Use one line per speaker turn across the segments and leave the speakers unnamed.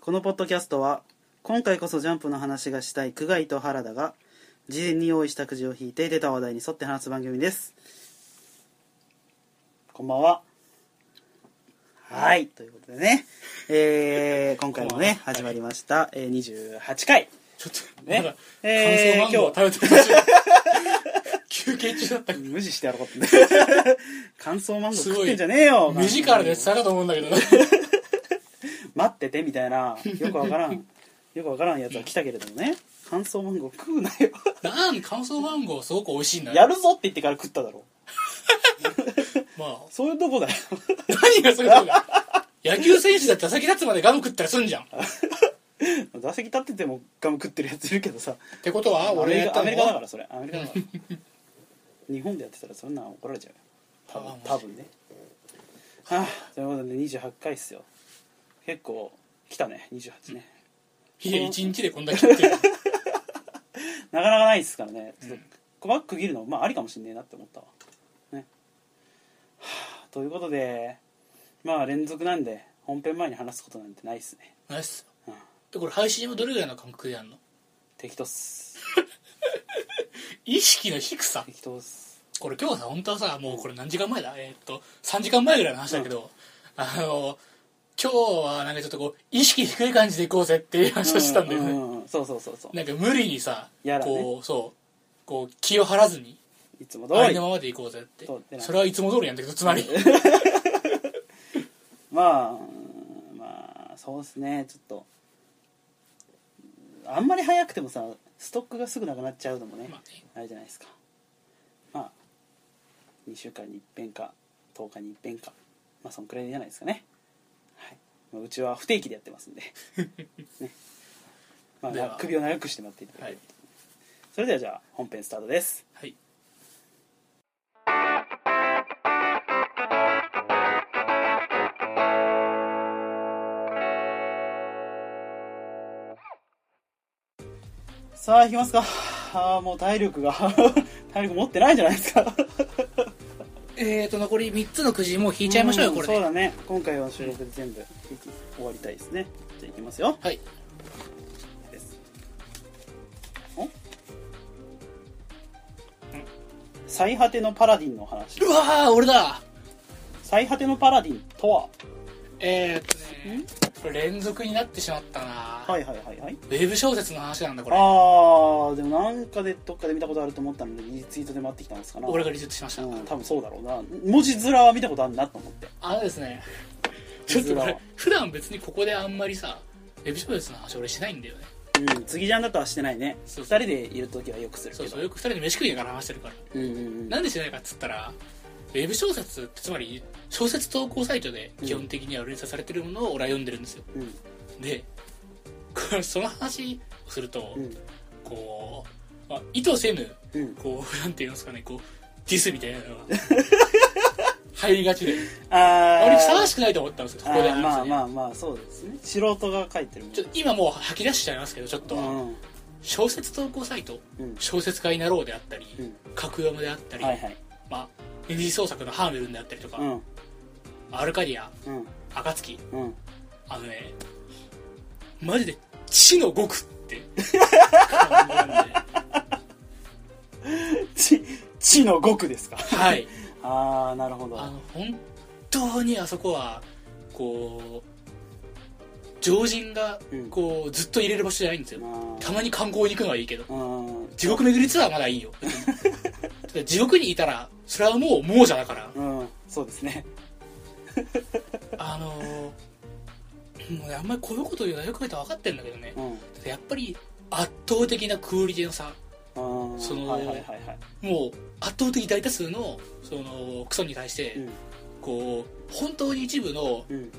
このポッドキャストは今回こそジャンプの話がしたい久我井と原田が事前に用意したくじを引いて出た話題に沿って話す番組ですこんばんははいということでね、えー今回もね始まりました、えー28回
ちょっと、
ね
まだ、
えー
乾燥マンゴーを食べてました。休憩中だった。
無視してやろうかって乾燥マンゴー食ってんじゃねえよ
目力でさかと思うんだけどな。
待っててみたいなよくわから んよくわからんやつが来たけれどもね乾燥マンゴー食うなよ
なん乾燥マンゴーすごく美味しいんだ
や
よ。
るぞって言ってから食っただろ
まあ、
そういうとこだよ
何がそういうことか。野球選手だったら先立つまでガム食ったらすんじゃん。っ
座席立っててもガム食ってるやついるけどさ
てことは、
アメ
俺
リ
や
カ
った
アメ
の
リカだからそれアメリカだから日本でやってたらそんなん怒られちゃうよ多
あ
分
ー
多分ねはあということで28回っすよ結構来たね28ね、
ひで一日でこんだけ食ってる。
なかなかないですからねちょっとバック切るのまあありかもしんねえなって思ったわねはあということでまあ連続なんで本編前に話すことなんてないっすね
ナイス
うん。
で、これ配信もどれぐらいの感覚でやんの
適当っす
意識の低さ。
適当っす
これ今日さ、本当はさ、もうこれ何時間前だえーっと、3時間前ぐらいの話だけど、あの、今日はなんかちょっとこう、意識低い感じでいこうぜっていう話をしてたんだよ
う
ね。
んうんうんそうそうそうそう
なんか無理にさ、
やらね
こう、そう、こう、気を張らずに、
いつも通
あり
り
のままでいこうぜって
そうで。な
それはいつも通りなんだけど、つまり。
まあうんまあそうですねちょっとあんまり早くてもさストックがすぐなくなっちゃうのもね
まあね
あれじゃないですかまあ2週間に一遍か10日に一遍かまあそんくらいじゃないですかね、はいまあ、うちは不定期でやってますん で、ねまあ
では、
首を長くしてもらっていただいて、
はい。
それではじゃあ本編スタートです
はい。
さあ行きますかああもう体力が 体力持ってないじゃないですか
えーと、残り3つのくじもう引いちゃいましょうよ、
ん
これ
そう
で。
だね今回は収録で全部終わりたいですねじゃあいきますよ
はい。
ですお最果てのパラディンの話
うわー、俺だ
最果てのパラディンとは
えーとね、これ連続になってしまったな
はいはいはいはい
ウェブ小説の話なんだ、これ。
あーでもなんかでどっかで見たことあると思ったのでリツイートで待ってきたんですかな
俺がリツイートしました。
うん、多分そうだろうな文字面は見たことあるなと思って
あのですね、 ちょっと
いずれ
これ
は、
普段別にここであんまりさ、ウェブ小説の話俺しないんだよね。
うん次じゃんだとはしてないね
そ
二
うそう
人でいる時はよくするけ
そ
ど
うそう、よく2人で飯食いながら話してるから。
うんうんうん
なんでしないかっつったらウェブ小説ってつまり小説投稿サイトで基本的には連載されてるものを俺は読んでるんですよ
うん
でこれその話をすると、
うん
こう、まあ、意図せぬ
うん
こうなんていうんですかねこうディスみたいなのが入りがちで
あー
俺ふさわしくないと思ったんですよここで
あーまあま
あ
あまあそうですね素人が書いてるもん
ちょっと今もう吐き出しちゃいますけどちょっと、
うん
小説投稿サイト
うん
小説家になろうであったり、
うん
格読むであったり、
はいはい
まあ、二次創作のハーメルンであったりとか、
うん
アルカディア
うん
暁
うん
あのね、マジで、地の極って。
ち地の極ですか
はい。
ああなるほど
あの、本当にあそこは、こう、常人が
うん、
こう、ずっと入れる場所じゃないんですよ。たまに観光に行くのはいいけど。
うん
地獄巡りツアーはまだいいよ。ただ地獄にいたら、それはもう亡者だから。
うんそうですね
あのーもうねあんまりこういうこと言うのはよく見たら分かってんだけどね
う。ん
ただやっぱり、圧倒的なクオリティの差。
うん
その
はいはいはいはい
もう圧倒的大多数のそのクソに対して、
うん
こう本当に一部の
うん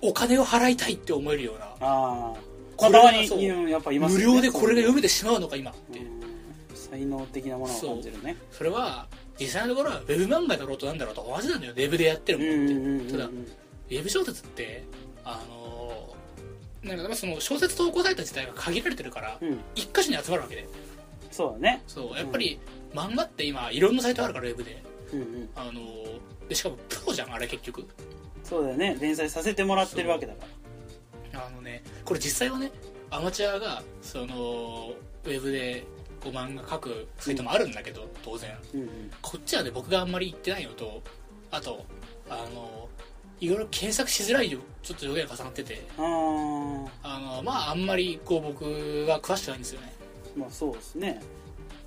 お金を払いたいって思えるような
ああ
これ
た
は
まに
そう
うんやっぱいます
無
ね
料でこれが読めてしまうのか今って
うん才能的なものを感じるね
それは実際のところはウェブ漫画だろうとなんだろうと同じなんだよウェブでやってる
うん
も
うん
って、
んうん
ただウェブ小説ってあのーなんかまあその小説投稿サイト自体が限られてるから
うん
一箇所に集まるわけで
そうだね
そうやっぱり漫画って今いろんなサイトあるからウェブで,、
うんうん
あのーでしかもプロじゃんあれ結局
そうだよね連載させてもらってるわけだか
あのねでこれ実際はねアマチュアがそのウェブでこう漫画描くサイトもあるんだけど、当然
うんうん
こっちはね僕があんまり行ってないのとあとあのいろいろ検索しづらいよちょっと条件が重なってて
あ
あのまああんまりこう僕が詳しくないんですよね
あまあそうですね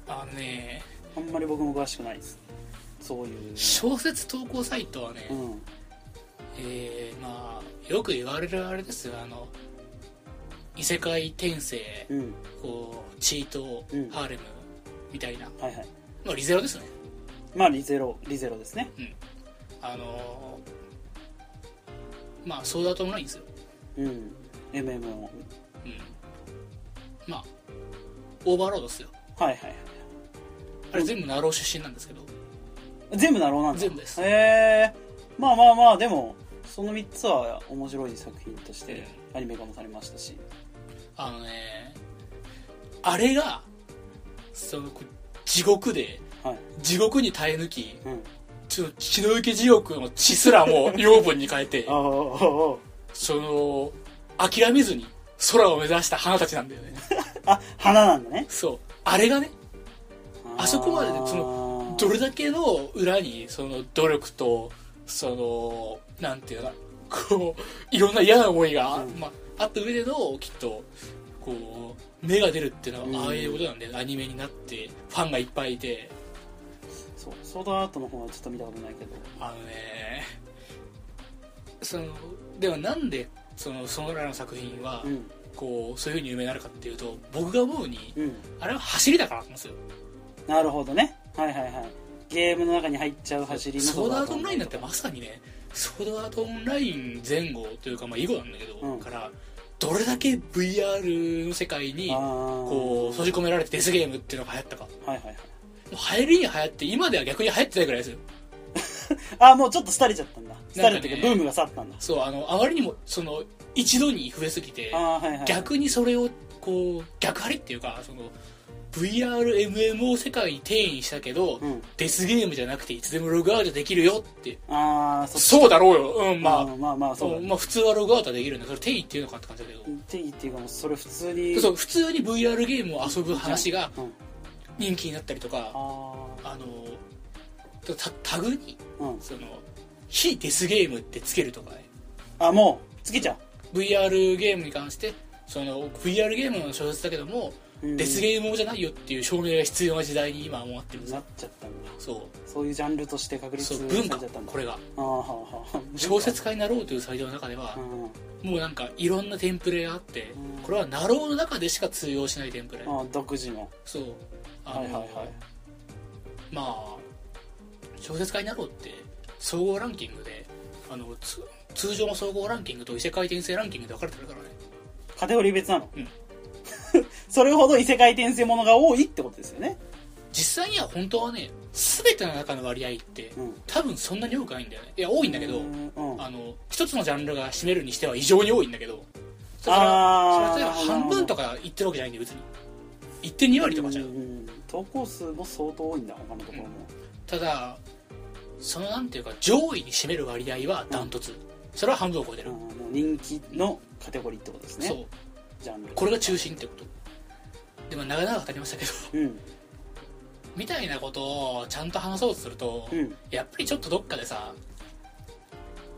あのね
あんまり僕も詳しくないですそういう
小説投稿サイトはね、
うん
えーまあよく言われるあれですよあの異世界転生
うん
こうチート
うん
ハーレムみたいな、
はいはい
まあ、リゼロですね
まあリゼロリゼロですね
あのーまあソードアートオンラインですよ、
うん MMO
うん、まあオーバーロードですよ
はいはい
あれ全部ナロー出身なんですけど
全部ナローなんだ
全部です
へえまあまあまあでもその3つは面白い作品としてアニメ化もされましたし
あのねあれがそのこう地獄で
はい
地獄に耐え抜き
うん
ちょっと血の池地獄の血すらも養分に変えて
あー
その諦めずに空を目指した花たちなんだよね
ああ花なんだね
そうあれがね
ー
あそこまでねそのどれだけの裏にその努力とそのなんていうのこういろんな嫌な思いが、
うん
まあ、あった上でのきっとこう芽が出るっていうの
うん
はああいうことなんだよ、アニメになってファンがいっぱいいて
そうソードアートの方はちょっと見たことないけど
あのねそのではなんでそのそのらの作品は、
うん
こうそういうふうに有名になるかっていうと僕が思うに
うん
あれは走りだからなんですよ
なるほどねはいはいはいゲームの中に入っちゃう走りの
ソードアートオンラインだ
っ
ってまさにねソードアートオンライン前後というかまあ以後なんだけど、
うん
からどれだけ VR の世界に
こ
こう閉じ込められてデスゲームっていうのが流行ったかも
うはいはいはい、
う流行りに流行って今では逆に流行ってないぐらいですよ
あーもうちょっと廃れちゃったんだ廃れていうか
なんかね
ブームが去ったんだ
そうあのあまりにもその一度に増えすぎて
ああはいはい
逆にそれをこう逆張りっていうかその VRMMO 世界に転移したけど、
うん
デスゲームじゃなくていつでもログアウトできるよって
ああそっち
そうだろうようんまあ、
うんまあまあそうだ、
うん
ね、
まあ普通はログアウトはできるんだけどそれ定位っていうのかって感じだけど、
っていいっていうかもうそれ普通に
そう普通に VR ゲームを遊ぶ話が
うん、
人気になったりとか
あ
あのたタグに
あうん
その非デスゲームってつけるとかね
あもうつけちゃ
VR ゲームに関してその VR ゲームの小説だけど
う、
も、
うん
デスゲームじゃないよっていう証明が必要な時代に今はもうなってるんです
なっ
よ
ちゃったんだ
そ
そういうジャンルとして確
う
立
そう
さ
文
れち
化
ゃったんだ
これが
あーはーはー文化
小説家になろうというサイトの中では
う、ん
もうなんかいろんなテンプレがあって、
うん
これはナローの中でしか通用しないテンプレ、
あー独自の
そうあの、
はいはいはい
まあ小説家になろうって総合ランキングであのつ通常の総合ランキングと異世界転生ランキングで分かれてるからね
カテゴリー別なの、
うん
それほど異世界転生ものが多いってことですよね
実際には本当はね全ての中の割合って
うん
多分そんなに多くないんだよねいや多いんだけど、
うんうん
あの一つのジャンルが占めるにしては異常に多いんだけどそれ
あー
はそれは例えば半分とか言ってるわけじゃないんで別に言って2割とかじゃん、
うんうん投稿数も相当多いんだ他のところも、
ただそのなんていうか上位に占める割合はダントツ、それは半分を超えて
う
る、
んもう人気のカテゴリーってことですね
そう
ジャンル
これが中心ってことでも長々語りましたけど
うん
みたいなことをちゃんと話そうとすると、
うん
やっぱりちょっとどっかでさ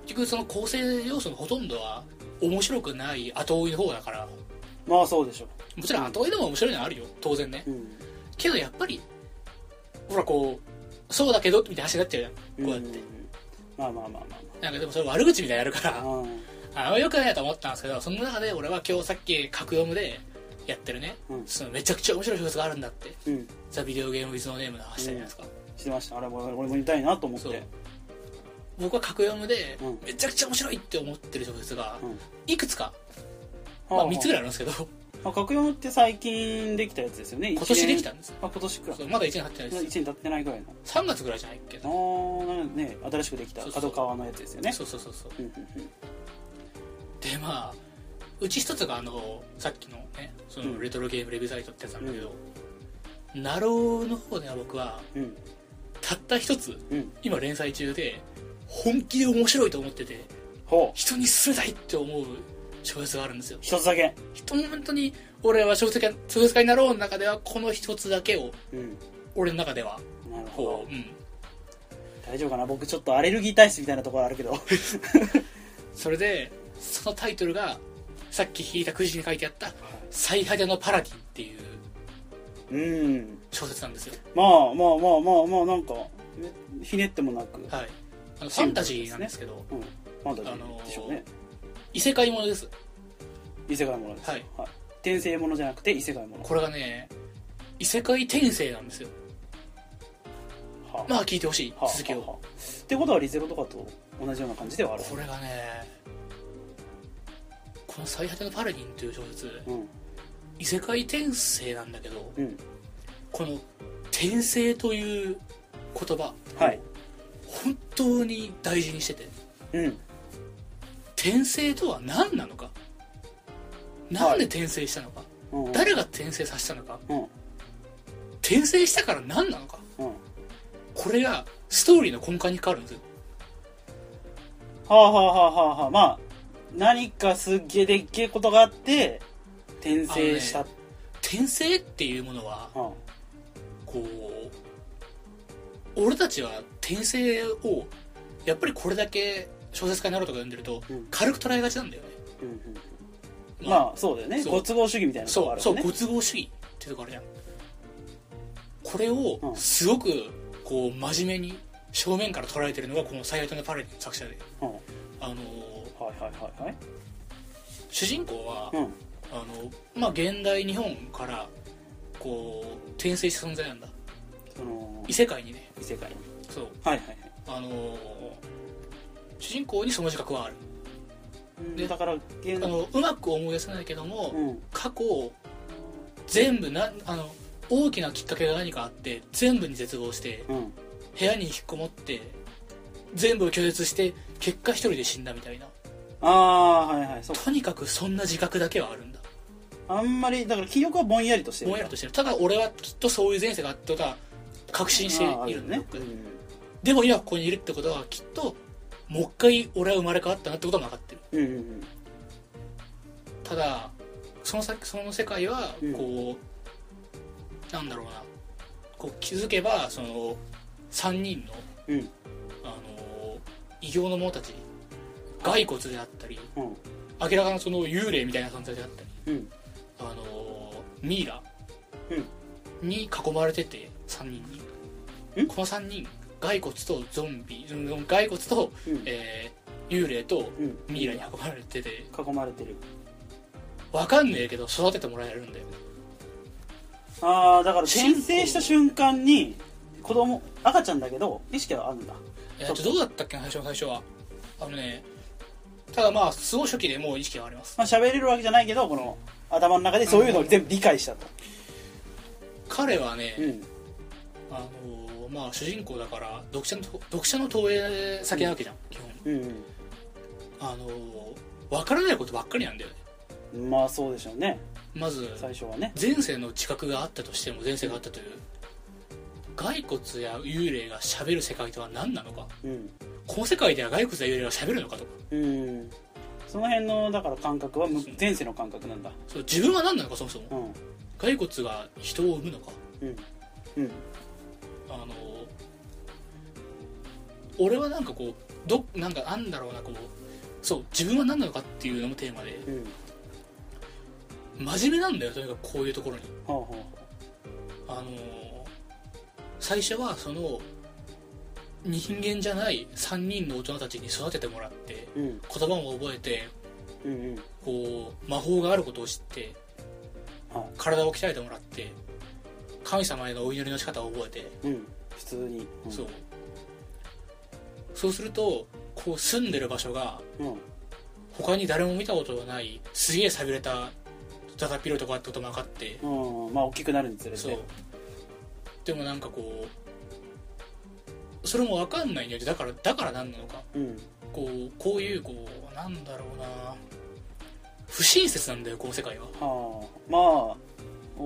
結局その構成要素のほとんどは面白くない後追いの方だから
まあそうでしょ
もちろん後追いでも面白いのはあるよ当然ね
う、うん
けどやっぱりほらこうそうだけどみたいな話になっちゃうじゃんこうやって、
んんまあまあまあま
なんかでもそれ悪口みたいになるから
あまあ、うん
あのよくないと思ったんですけどその中で俺は今日さっき格読むでやってるね、
うん
そのめちゃくちゃ面白い小説があるんだって
うん、
「ザ・ビデオゲーム・ウィズ・ノーネーム」の話したじゃないですか、
してましたあれも俺も見たいなと思っ
そう
て
僕は格読むで、
うん
めちゃくちゃ面白いって思ってる小説が、
うん
いくつか、まあ、3つぐら
い
いあるんですけど
格読むって最近できたやつですよね
今年でき
一
たんですよ
年あ今年くらい
そうまだ1年経ってない
1
です
年経ってないぐらいの
3月ぐらいじゃないっけど
ああなんかね新しくできた
そうそう
角川のやつですよね
そうそうそうそう
うんうん
でまあうち一つがあのさっきのねそのレトロゲームレビューサイトってやつなんだけど、ナローの方では僕は
うんうん
たった一つ
うん
今連載中で本気で面白いと思ってて
ほ
人に勧めたいって思う小説があるんですよ
一つだけ
人も本当に俺は小説家小説家になろうの中ではこの一つだけを
うん
俺の中では
なるほ
こ
ど
う、うん、
大丈夫かな僕ちょっとアレルギー体質みたいなところあるけど
それでそのタイトルがさっき引いたくじに書いてあった「最果てのパラディ」っていう
うん
小説なんですよ
まあまあまあまあまあなんかねひねってもなく、
はいあのファンタジーなんですけど
うんまだでしょうね、
異世界ものです
異世界ものです、
はい
転生ものじゃなくて異世界もの
これがね異世界転生なんですよ
は
まあ聞いてほしい
は
続きを
はってことはリゼロとかと同じような感じではある
これがねこの「最果てのパラディン」という小説
うん
異世界転生なんだけど
うん
この「転生」という言葉
はい
本当に大事にしてて
うん
転生とは何なのかなんで転生したのか、
うん
誰が転生させたのか
うん
転生したから何なのか
うんは
これがストーリーの根幹に関わるんですよ
あはあはあはあはあまあ何かすっげえでっけえことがあって転生した、
あ転生っていうものは
うん
こう俺たちは転生をやっぱりこれだけ小説家になろうとか読んでると
うん
軽く捉えがちなんだよね、
うんうん
まあ
まあそうだよね
そう
ご都合主義みたいなとこ
そ
あ
う
る
そ
よ
う
ね
ご都合主義っていうとこあるじゃんこれを
うん
すごくこう真面目に正面から捉えてるのがこの「最愛とのパレディ」の作者で、
うんは
あのー
いはいはいはい
主人公は、
うん
あのまあ、現代日本からこう転生した存在なんだ
その
異世界にね
異世界
そう
はいはいはい
あのー主人公にその自覚はある
うん
で
だから現
あのうまく思い出せないけども、
うん
過去を全部なあの大きなきっかけが何かあって全部に絶望して
うん
部屋に引きこもって全部を拒絶して結果一人で死んだみたいな
ああはいはいそう
とにかくそんな自覚だけはあるんだ
あんまりだから記憶はぼんやりとしてる
ぼんやりとしてるただ俺はきっとそういう前世があったとか確信しているんだ
あーあ
どっ
よ
かで
ね
でも今ここにいるってことはきっともう一回俺は生まれ変わったなってことは分かってる
うんうんうん
ただその先その世界は
うん
こう、なんだろうなこう気づけばその3人の、
うん
あの異形の者たち骸骨であったり
うん
明らかなその幽霊みたいな存在であったり
うん
あのミイラに囲まれてて3人に、
ん
この3人骸骨とゾンビうん骸骨と、
うん
えー幽霊と
うん
ミイラに囲まれてて
囲まれてる
わかんねえけど育ててもらえるんだよね
ああだから転生した瞬間に子供赤ちゃんだけど意識はあるんだ
えーとどうだったっけな最初の最初はあのねただまあすごい初期でもう意識はあります
まあ喋れるわけじゃないけどこの頭の中でそういうのを全部理解したと
彼はね、
うん
あのーまあ主人公だから読者の読者の投影先なわけじゃん、基本
うん
あのーわからないことばっかりなんだよね
うんまあそうでしょうね
まず
最初はね
前世の知覚があったとしても前世があったという骸骨や幽霊が喋る世界とは何なのか
うん
この世界では骸骨や幽霊が喋るのかとか
うんその辺のだから感覚はむ前世の感覚なんだ
そう自分は何なのかそもそも
うん
骸骨が人を生むのか
うんうん
あの俺はなんかこうどなんかなんだろうなこうそう自分は何なのかっていうのもテーマで
うん
真面目なんだよとにかくこういうところに
はあは
あの最初はその人間じゃない3人の大人たちに育ててもらって
あうん
言葉も覚えて
うんうん
こう魔法があることを知って
はい
体を鍛えてもらって神様へのお祈りの仕方を覚えて
うん普通にうん
そうそうするとこう住んでる場所が
うん
他に誰も見たことがないすげえ寂れただだっ広いとこだってことも分かって
うんまあ大きくなるにつれて
そうでもなんかこうそれも分かんないんだよだからだから何なのか
うん
こうこういうこうなんだろうな不親切なんだよこの世界は
はあま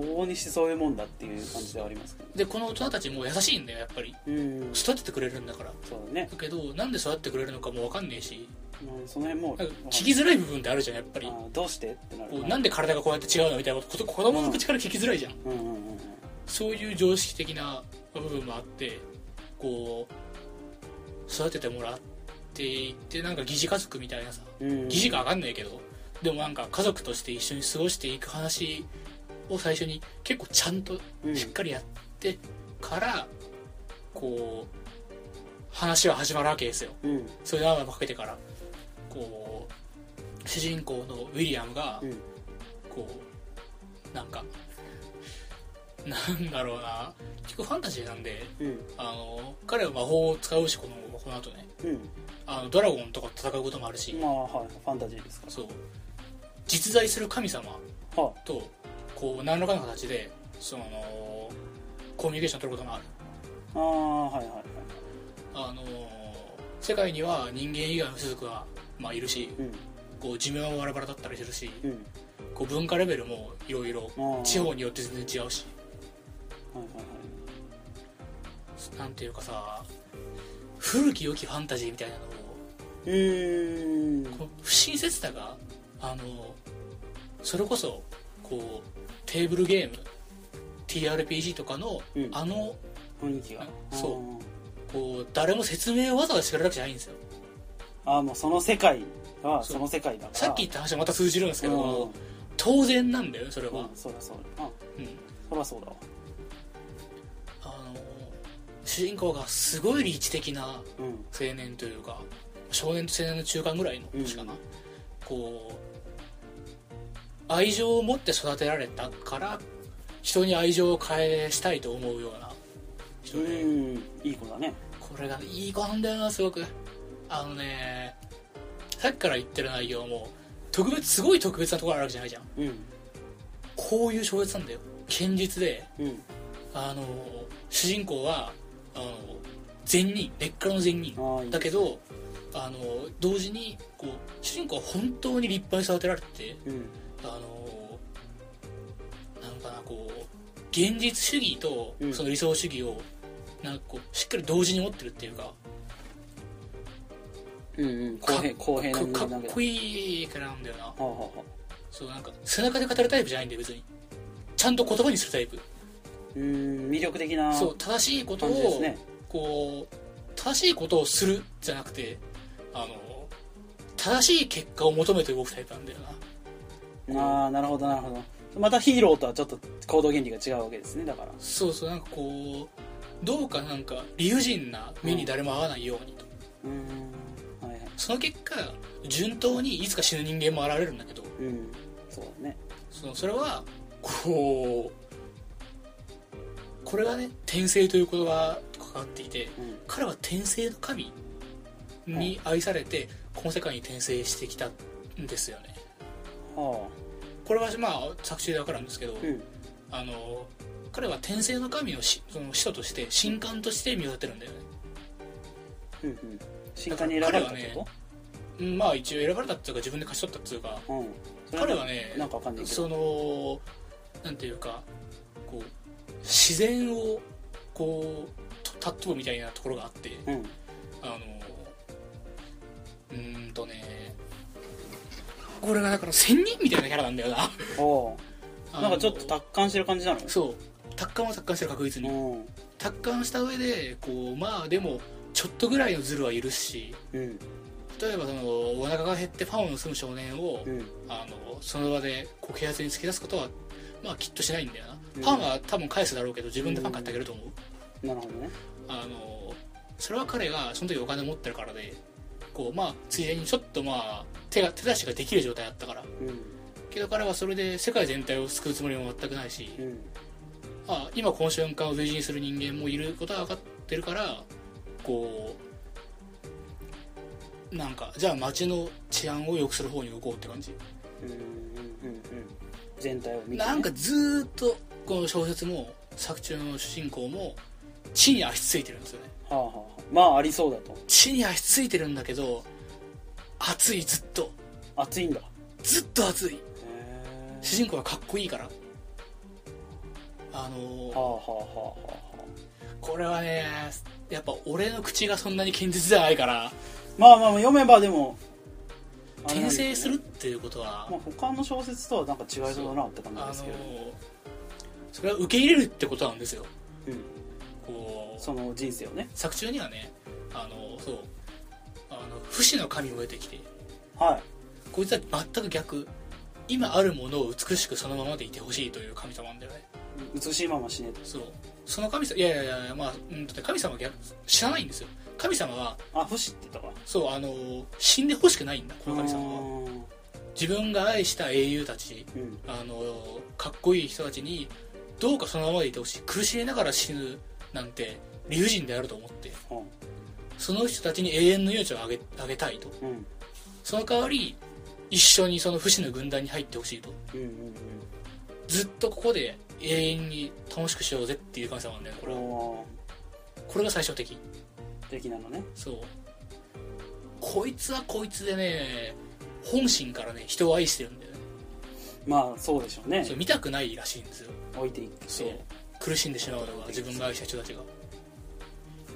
あ往々にしてそういうもんだっていう感じではありますけど
でこの大人たちも優しいんだよやっぱり
うん
育ててくれるんだから
そうだね
だけどなんで育ってくれるのかも分かんねえし
うんその辺もう
なんか聞きづらい部分ってあるじゃんやっぱり
あーどうしてってなる
こうなんで体がこうやって違うのみたいなこと子供の口から聞きづらいじゃん
うんうんうん
そういう常識的な部分もあってこう育ててもらっていってなんか疑似家族みたいなさ
うんうん
疑似か分かんないけどでもなんか家族として一緒に過ごしていく話を最初に結構ちゃんと
うん
しっかりやってからこう話は始まるわけですよ
うん
それで雨をかけてからこう主人公のウィリアムが
うん
こうなんかなんだろうな結構ファンタジーなんで
うん
あの彼は魔法を使うしこのこの後ね
うん
あのドラゴンとかと戦うこともあるし
まあはいファンタジーですか
そう実在する神様
らは
とこう何らかの形でそのコミュニケーションを取ることもある
ああーはいはいはい
あの世界には人間以外の種族が、まあ、いるし
うん
こう寿命もバラバラだったりするし
うん
こう文化レベルもいろいろ
ああ
地方によって全然違うし
はいはいはい
なんていうかさ古き良きファンタジーみたいなのを
うーん
この不親切さがあのそれこそこうテーブルゲーム TRPG とかの、
うん
あの
雰囲気が
そうこう誰も説明をわざわざしてくれるわけじゃないんですよ
あーあーもうその世界は
そう
その世界だから
さっき言った話はまた通じるんですけ
う
ど、
ん
当然なんだよねそれは、
うんそうだそうだあ
うん
そりゃそうだわ
あの主人公がすごい理知的な
うん
青年というか少年と青年の中間ぐらいの年かな、
うん
こう愛情を持って育てられたから人に愛情を返したいと思うような人
う
で、
んいい子だね
これがいい子なんだよなすごくあのねさっきから言ってる内容も特別すごい特別なところあるわけじゃないじゃん
うん
こういう小説なんだよ堅実で
うん
あの主人公はあの善人根っからの善人
ああいい
だけどあの同時にこう主人公は本当に立派に育てられて
うん
あのなんかなこう現実主義と
うん
その理想主義をなんかこうしっかり同時に持ってるっていうか
うんうん公平公平な
か
人間
かっ
だけど
こいいからなんだよな
はあはあはあ
そうなんか背中で語るタイプじゃないんだよ別にちゃんと言葉にするタイプ
うーん魅力的な
そう正しいこと
感じです
を
ね
こう正しいことをするじゃなくてあの正しい結果を求めて動くタイプなんだよな
ああなるほどなるほどまたヒーローとはちょっと行動原理が違うわけですねだから
そうそうなんかこうどうかなんか理不尽な目に誰も合わないようにと、
うーんはいはい
その結果順当にいつか死ぬ人間も現れるんだけど
うんそうだね
そのそれはこうこれがね転生という言葉と関わっていて
うん
彼は転生の神に愛されてこの世界に転生してきたんですよね
は
これはまあ作中で分かるんですけど、
あうん
あの彼は転生の神のしその使徒として神官として身を立てるんだよね
うんうん新刊に選ばれたってこ
うんまあ一応選ばれたっていうか自分で勝ち取ったっていうか
とうんそれ
彼はね
なんかわかんないけど
そのなんていうかこう自然をこうと尊ぶみたいなところがあって
うん
あのうーんとねこれがだから仙人みたいなキャラなんだよな
お
あの
なんかちょっと達観してる感じなの
そう達観は達観してる確実
う
に
ん
達観した上でこうまあでもちょっとぐらいのズルは許すし
うん
例えばそのお腹が減ってパンを盗む少年を、
うん
あのその場でこう啓発に突き出すことはまあきっとしないんだよな、
うん
パンは多分返すだろうけど自分でパン買ってあげると思う、
なるほどね
あのそれは彼がその時お金持ってるからでこうまあついでにちょっとまあ手が手出しができる状態だったから
うん
けど彼はそれで世界全体を救うつもりも全くないし、
うん
あ今この瞬間を類似にする人間もいることは分かってるからこうなんかじゃあ街の治安を良くする方に動こうって感じ
うんうんうんうん全体を見てね
なんかずーっとこの小説も作中の主人公も地に足ついてるんですよね
はあはあはあまあありそうだと
地に足ついてるんだけど暑いずっと
熱いんだ
ずっと暑い
へ
主人公はかっこいいからあの
えはあは
ー
あはあはあはあ
これはねやっぱ俺の口がそんなに堅実じゃないから
まあまあ読めばでもあれなん
転
ですよね
生するっていうことは、
まあ、他の小説とはなんか違いそうだなって感じ
あの
ですけど、
それは受け入れるってことなんですよ
うん、
こう
その人生をね
作中にはねあのそうあの不死の神を得てきて
はい
こいつは全く逆今あるものを美しくそのままでいてほしいという神様なんだよね
美しいまま死ねと
そうその神様いやいやいやいやまあ、うん、だって神様は逆知らないんですよ神様は
あ不死って言ったか
そうあの死んでほしくないんだこの神
う
様は自分が愛した英雄たち
ーんうん
あのかっこいい人たちにどうかそのままでいてほしい苦しみながら死ぬなんて理不尽であると思って
は
その人たちに永遠の命をあげあげたいと
あうん
その代わり一緒にその不死の軍団に入ってほしいと
うんうんうん
ずっとここで永遠に楽しくしようぜっていう神様なんだよ
こ
これ
れ
は
は
これが最終的
的なのね
そうこいつはこいつでね本心からね人を愛してるんだよね
まあそうでしょうね
そう見たくないらしいんですよ
置いていって
そう苦しんでしまうのが自分が愛した人たちが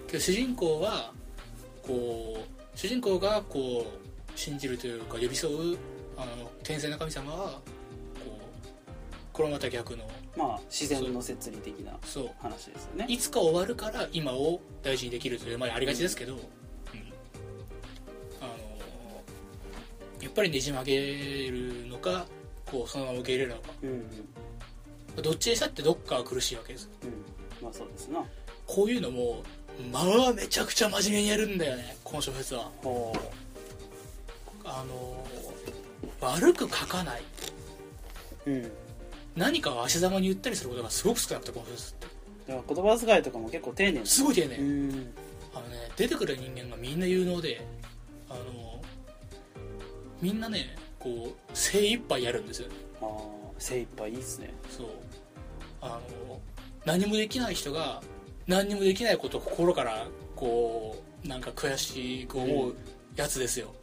けど主人公はこう主人公がこう信じるというか寄り添うあの天性の神様はこうこれまた逆の
まあ自然の摂理的な
そう
話ですよね
いつか終わるから今を大事にできるというまあありがちですけど、うんあのやっぱりねじ曲げるのかこうそのまま受け入れるのか
うんうん
どっちにしたってどっかは苦しいわけです
うんまあそうですな
こういうのもまあめちゃくちゃ真面目にやるんだよねこの小説は
ほ
あの悪く書かないう
うんだ
何かを足ざまに言ったりすることがすごく少なくてこの小説って
から言葉遣いとかも結構丁寧
すごい丁
う
寧
ん
あのね出てくる人間がみんな有能であのみんなねこう精一杯やるんですよね
まあ精一杯いいっすね
そうあの何もできない人が何にもできないことを心からこうなんか悔しく思うやつですよ、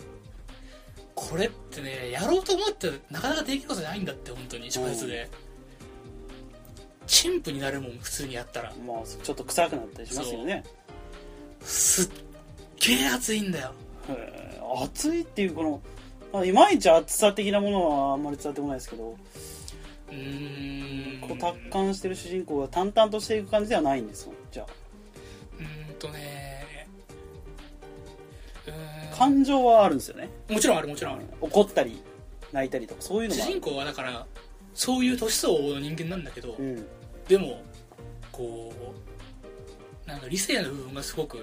これってねやろうと思ってなかなかできることじゃないんだって本当に小説で陳腐になるもん普通にやったら
まあちょっと臭くなったりしますよね
すっげえ熱いんだよ
へー熱いっていうこのまあいまいち熱さ的なものはあんまり伝わってこないですけど
うーん
こう達観してる主人公が淡々としていく感じではないんですよじゃ
うーんとねう
あ
ーん
感情はあるんですよね
もちろんあるもちろんある
怒ったり泣いたりとかそういうの
主
もあ
人
る
公はだからそういう年相応の人間なんだけど、
うん
でもこうなんか理性の部分がすごく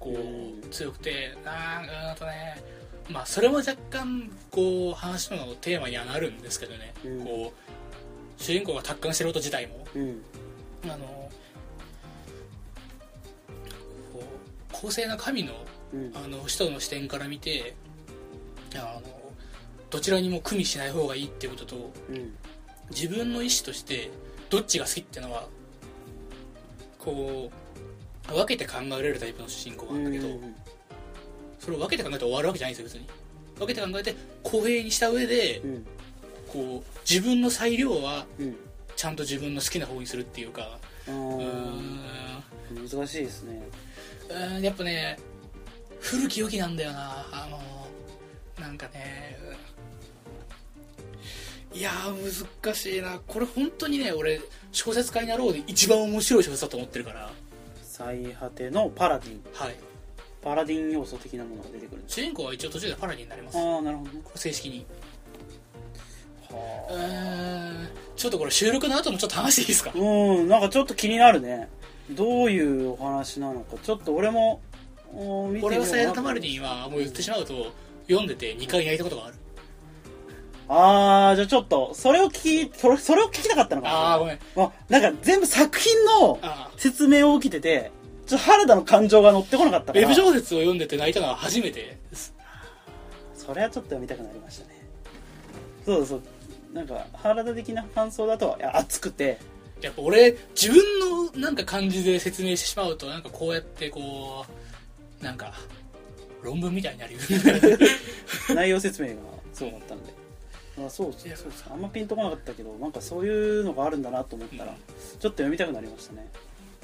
こ
う
う強くてなんかあとねまあそれも若干こう話のテーマにはなるんですけどね、
うん
こう主人公が達観してること自体も
うん
あのこう公正な神の
うん
あの人の視点から見てあのどちらにも組みしない方がいいっていうことと
うん
自分の意思としてどっちが好きってのはこう分けて考えれるタイプの主人公なんだけど、
うん
それを分けて考えて終わるわけじゃないんですよ別に分けて考えて公平にした上で、
うん
こう自分の裁量は
うん
ちゃんと自分の好きな方にするっていうかう
うん
ーん
難しいですね
うーんやっぱね古き良きなんだよなあのなんかねいやー難しいなこれ本当にね俺小説家になろうで一番面白い小説だと思ってるから
最果てのパラディン
はい
パラディン要素的なものが出てくるんです
主人公は一応途中でパラディになります
ああなるほどね
正式にう
は
ーんちょっとこれ収録の後もちょっと話していいですか
あうんなんかちょっと気になるねどういうお話なのかちょっと俺もおー見てみ
俺
よう
は
な
サイラタマルディンはもう言ってしまうと読んでて2回泣いたことがある
ああじゃあちょっとそれを聞きそれそれを聞きたかったのかな
ああごめん
あなんか全部作品の
あ
説明を受けててちょっと原田の感情が乗ってこなかった
あウ
から
ェブ小説を読んでて泣いたのは初めてです
それはちょっと読みたくなりましたねそうそうなんか原田的な感想だといや熱くて
やっぱ俺自分のなんか感じで説明してしまうとなんかこうやってこうなんか論文みたいにな るよね
内容説明がそうだったんであそうです
い
ね
や
そうですあんまピンとこなかったけどなんかそういうのがあるんだなと思ったら、
うん
ちょっと読みたくなりましたね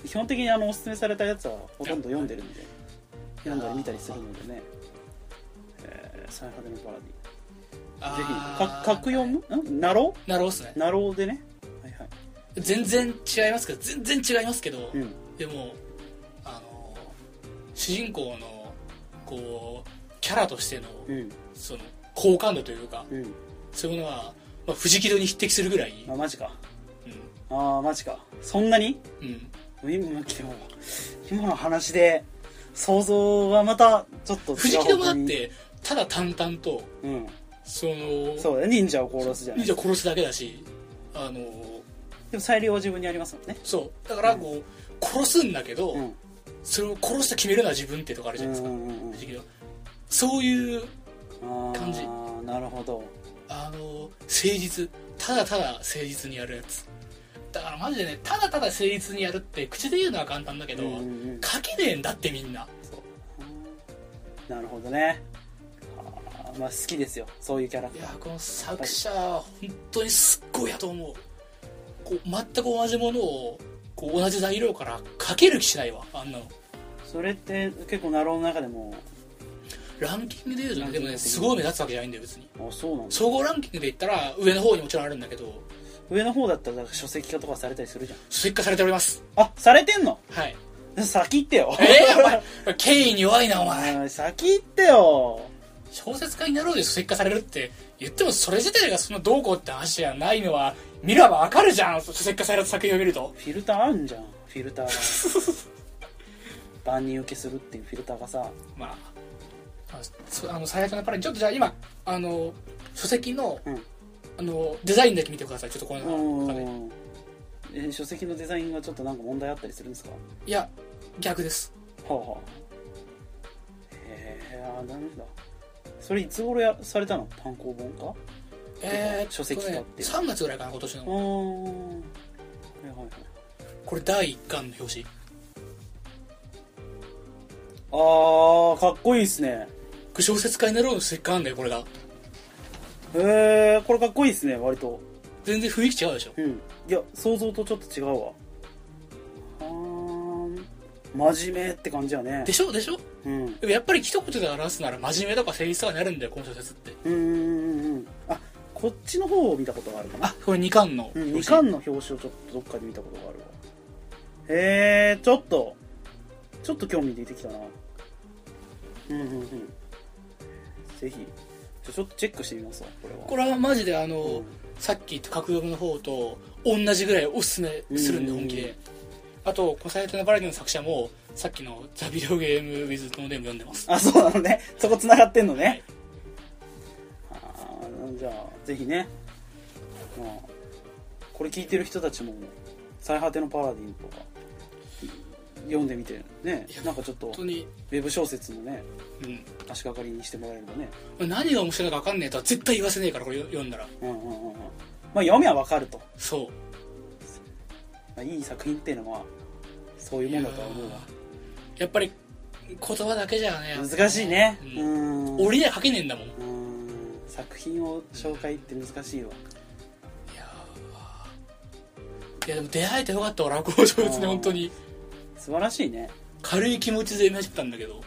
基本的にあのおすすめされたやつはほとんど読んでるんで読んだり見たりするのでね「えー、サイハデのパラディ」
あー
ぜひか格読むんなろ
なるほどっすね
うなろうでねはいはい
全然違いますけど全然違いますけど、
うん
でもあの主人公のこうキャラとしての、
うん
その好感度というか
うん
そういうものは、まあ、藤木戸に匹敵するぐらい、
あマジか
う
ああマジかそんなに
んうん、
今でも今の話で想像はまたちょっと違う
藤木戸もだ
方
っ
向に
てただ淡々と
うん
その
そうだね忍者を殺すじゃない
忍者殺すだけだしあの
でも裁量は自分にありますもんね
そうだからこう、殺すんだけど、
うん
それを殺して決めるのは自分ってとこあるじゃないですか、
うんうんうんうん
藤木戸そういう
あ
感じ
あなるほど
あの誠実ただただ誠実にやるやつだからマジでねただただ誠実にやるって口で言うのは簡単だけど、
うんうんうん
書けねえんだってみんな
なるほどねあーまあ好きですよそういうキャラク
い
タ
や
ー
この作者は本当にすっごいやと思うこう全く同じものをこう同じ材料から書ける気しないわあんなの
それって結構ナローの中でも
ランキングで言うと
ラ
ね
ン
で
キン
も
グ
ねすごい目立つわけじゃないんだよ別に
あそうなんだ
総合ランキングで言ったら上の方にもちろんあるんだけど
上の方だったらなんか書籍化とかされたりするじゃん
出荷されております
あされてんの
はい
先行ってよ
え えお 前権威に弱いなお前
うん先行ってよ
小説家になろうで出荷されるって言ってもそれ自体がそんなどうこうって話じゃないのは見ればわかるじゃん出荷された作品を見ると
フィルターあんじゃんフィルター が万人受けするっていうフィルターがさ
まああそあの最悪のパラにちょっとじゃあ今あの書籍の,、
うん
あのデザインだけ見てくださいちょっとこ
う
の中で
んえー書籍のデザインはちょっとなんか問題あったりするんですか
いや逆です
はあはあへえあダメだそれいつ頃やされたの単行本か
えーっとね、
書籍化っていう
3月ぐらいかな今年
うー
の
んはいはい
これ第1巻の表紙
はいあーかっこいいっすね
小説家になろうの出荷なんだよこれが
へえこれかっこいいっすね割と
全然雰囲気違うでしょ
うんいや想像とちょっと違うわはー真面目って感じやね
でしょでしょ
うんう
でもやっぱり一言で表すなら真面目とか誠実とかになるんだよこの小説って
ーんあこっちの方を見たことがあるかな
あこれ2巻の表
うん、
紙、
2巻の表紙をちょっとどっかで見たことがあるわへえちょっとちょっと興味出てきたなうんうんうんぜひじゃあちょっとチェックしてみますわこれは
これはマジであの、
うん
さっき言った格読の方と同じぐらいおすすめするんで
うん
本気であと「こさえてのバラエティ」の作者もさっきの「ザ・ビデオゲーム・ウィズ・ノーデム」読んでます
あそうなのねそこ繋がってんのね、あーじゃあぜひねまあこれ聞いてる人たちも「最果てのパラディン」とか読んでみてね
いや
なんかちょっと
本当に、
ウェブ小説のね
うん、
足掛かりにしてもらえればね
何が面白いか分かんねえとは絶対言わせねえからこれ読んだら
うんうんうんうんまあ読みはわかると、ま
そ
あ、いい作品っていうのはそう
う
いうもんだとは思うわ
やっぱり言葉だけじゃね
難しいね
う
うんん
折り合いかけねえんだもんい
うん作品を紹介って難しいわ
やーいやでも出会えてよかった俺はこの小説ね本当に
素晴らしいね
軽い気持ちで読み始めたんだけど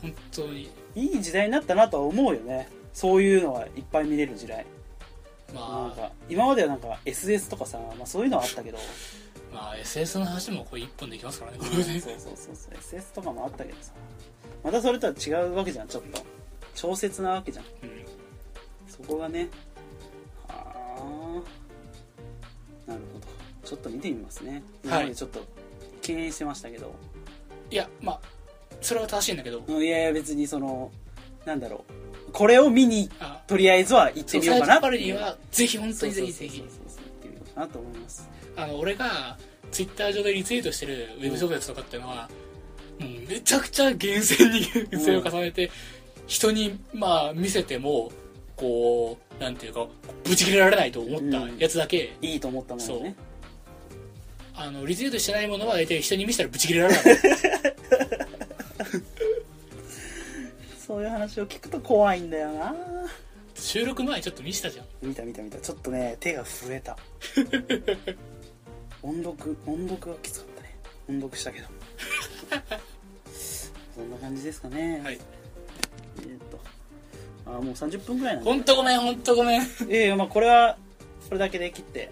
本当に
いい時代になったなとは思うよねそういうのはいっぱい見れる時代なん
まあ
か今まではなんか SS とかさ、まあ、そういうのはあったけど
まあ SS の話もこれ一本できますからねこれ
そう
ね
そうそうそう SS とかもあったけどさまたそれとは違うわけじゃんちょっと調節なわけじゃん
うん
そこがねはあなるほどちょっと見てみますね
はい
今までちょっと敬遠してましたけど、
いやまあそれは正しいんだけど
うんいやいや別にそのなんだろうこれを見に
あ
とりあえずは行ってみようかな
パルにはぜひ本当
そう
に
そう
ぜひ
そう
ぜ
そう
ひ
行ってみようかなと思います
あの俺がツイッター上でリツイートしてるウェブ小説とかっていうのは、もうめちゃくちゃ厳選に厳選を重ねて、人にまあ見せてもこうなんていうかブチ切れられないと思ったやつだけ、
いいと思ったものね
あのリツイートしてないものは大体人に見せたらブチ切れられ ない
そういう話を聞くと怖いんだよな
収録前にちょっと見せたじゃん
見た見た見たちょっとね手が震え た音読音読はきつかったね音読したけ どそんな感じですかね
はい
えーっとああもう30分ぐらいなんで
本当ごめん本当ごめん
いやいやまあこれはそれだけで切って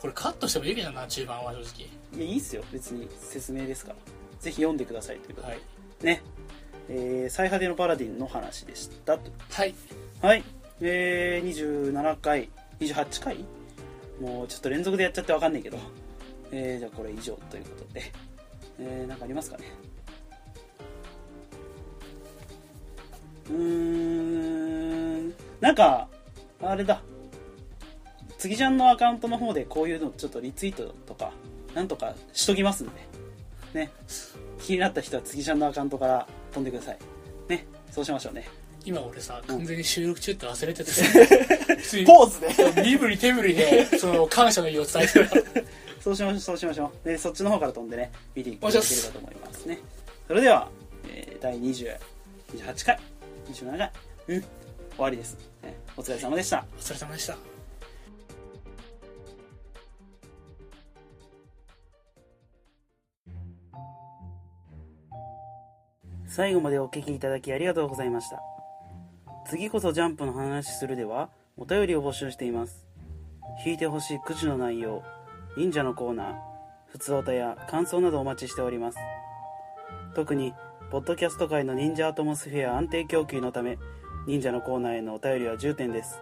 これカットしてもいいけどな中盤は正
いやいいっすよ別に説明ですからぜひ読んでくださいということ
直
で、
はい
ねえー、最果てのパラディンの話でしたと
はい
はいえー、27回28回もうちょっと連続でやっちゃってわかんないけど、えー、じゃあこれ以上ということでえー、なんかありますかねうーんなんかあれだ次ちゃんのアカウントの方でこういうのちょっとリツイートとかなんとかしときますんでね気になった人は次ちゃんのアカウントから飛んでくださいねそうしましょうね
今俺さ完全に収録中って忘れ ててさ普通に
ポーズで
身振り手振りでその感謝の意を伝え てる
そうしましょう、そうしましょう。で、そっちの方から飛んでね、見ていただければと思いますね。それでは、えー、第20、28回、27回、うん、終わりです。ねお疲れ様でした。
お疲れ様でした
最後までお聞きいただきありがとうございました次こそジャンプの話するではお便りを募集しています引いてほしいくじの内容忍者のコーナーふつおたや感想などお待ちしております特にポッドキャスト界の忍者アトモスフェア安定供給のため忍者のコーナーへのお便りは重点です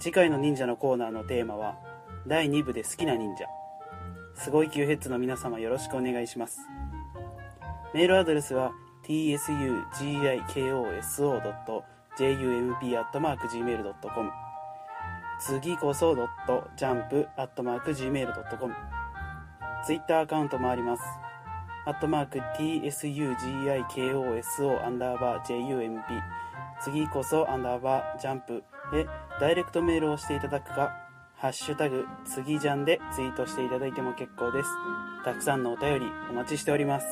次回の忍者のコーナーのテーマは第2部で好きな忍者すごい級ヘッズの皆様よろしくお願いしますメールアドレスは tsugikoso.jump.gmail.com 次こそ .jump.gmail.com ツイッターアカウントもあります。アットマーク tsugikoso アンダーバー jump 次こそアンダーバージャンプでダイレクトメールをしていただくか、ハッシュタグ次ジャンでツイートしていただいても結構です。たくさんのお便りお待ちしております。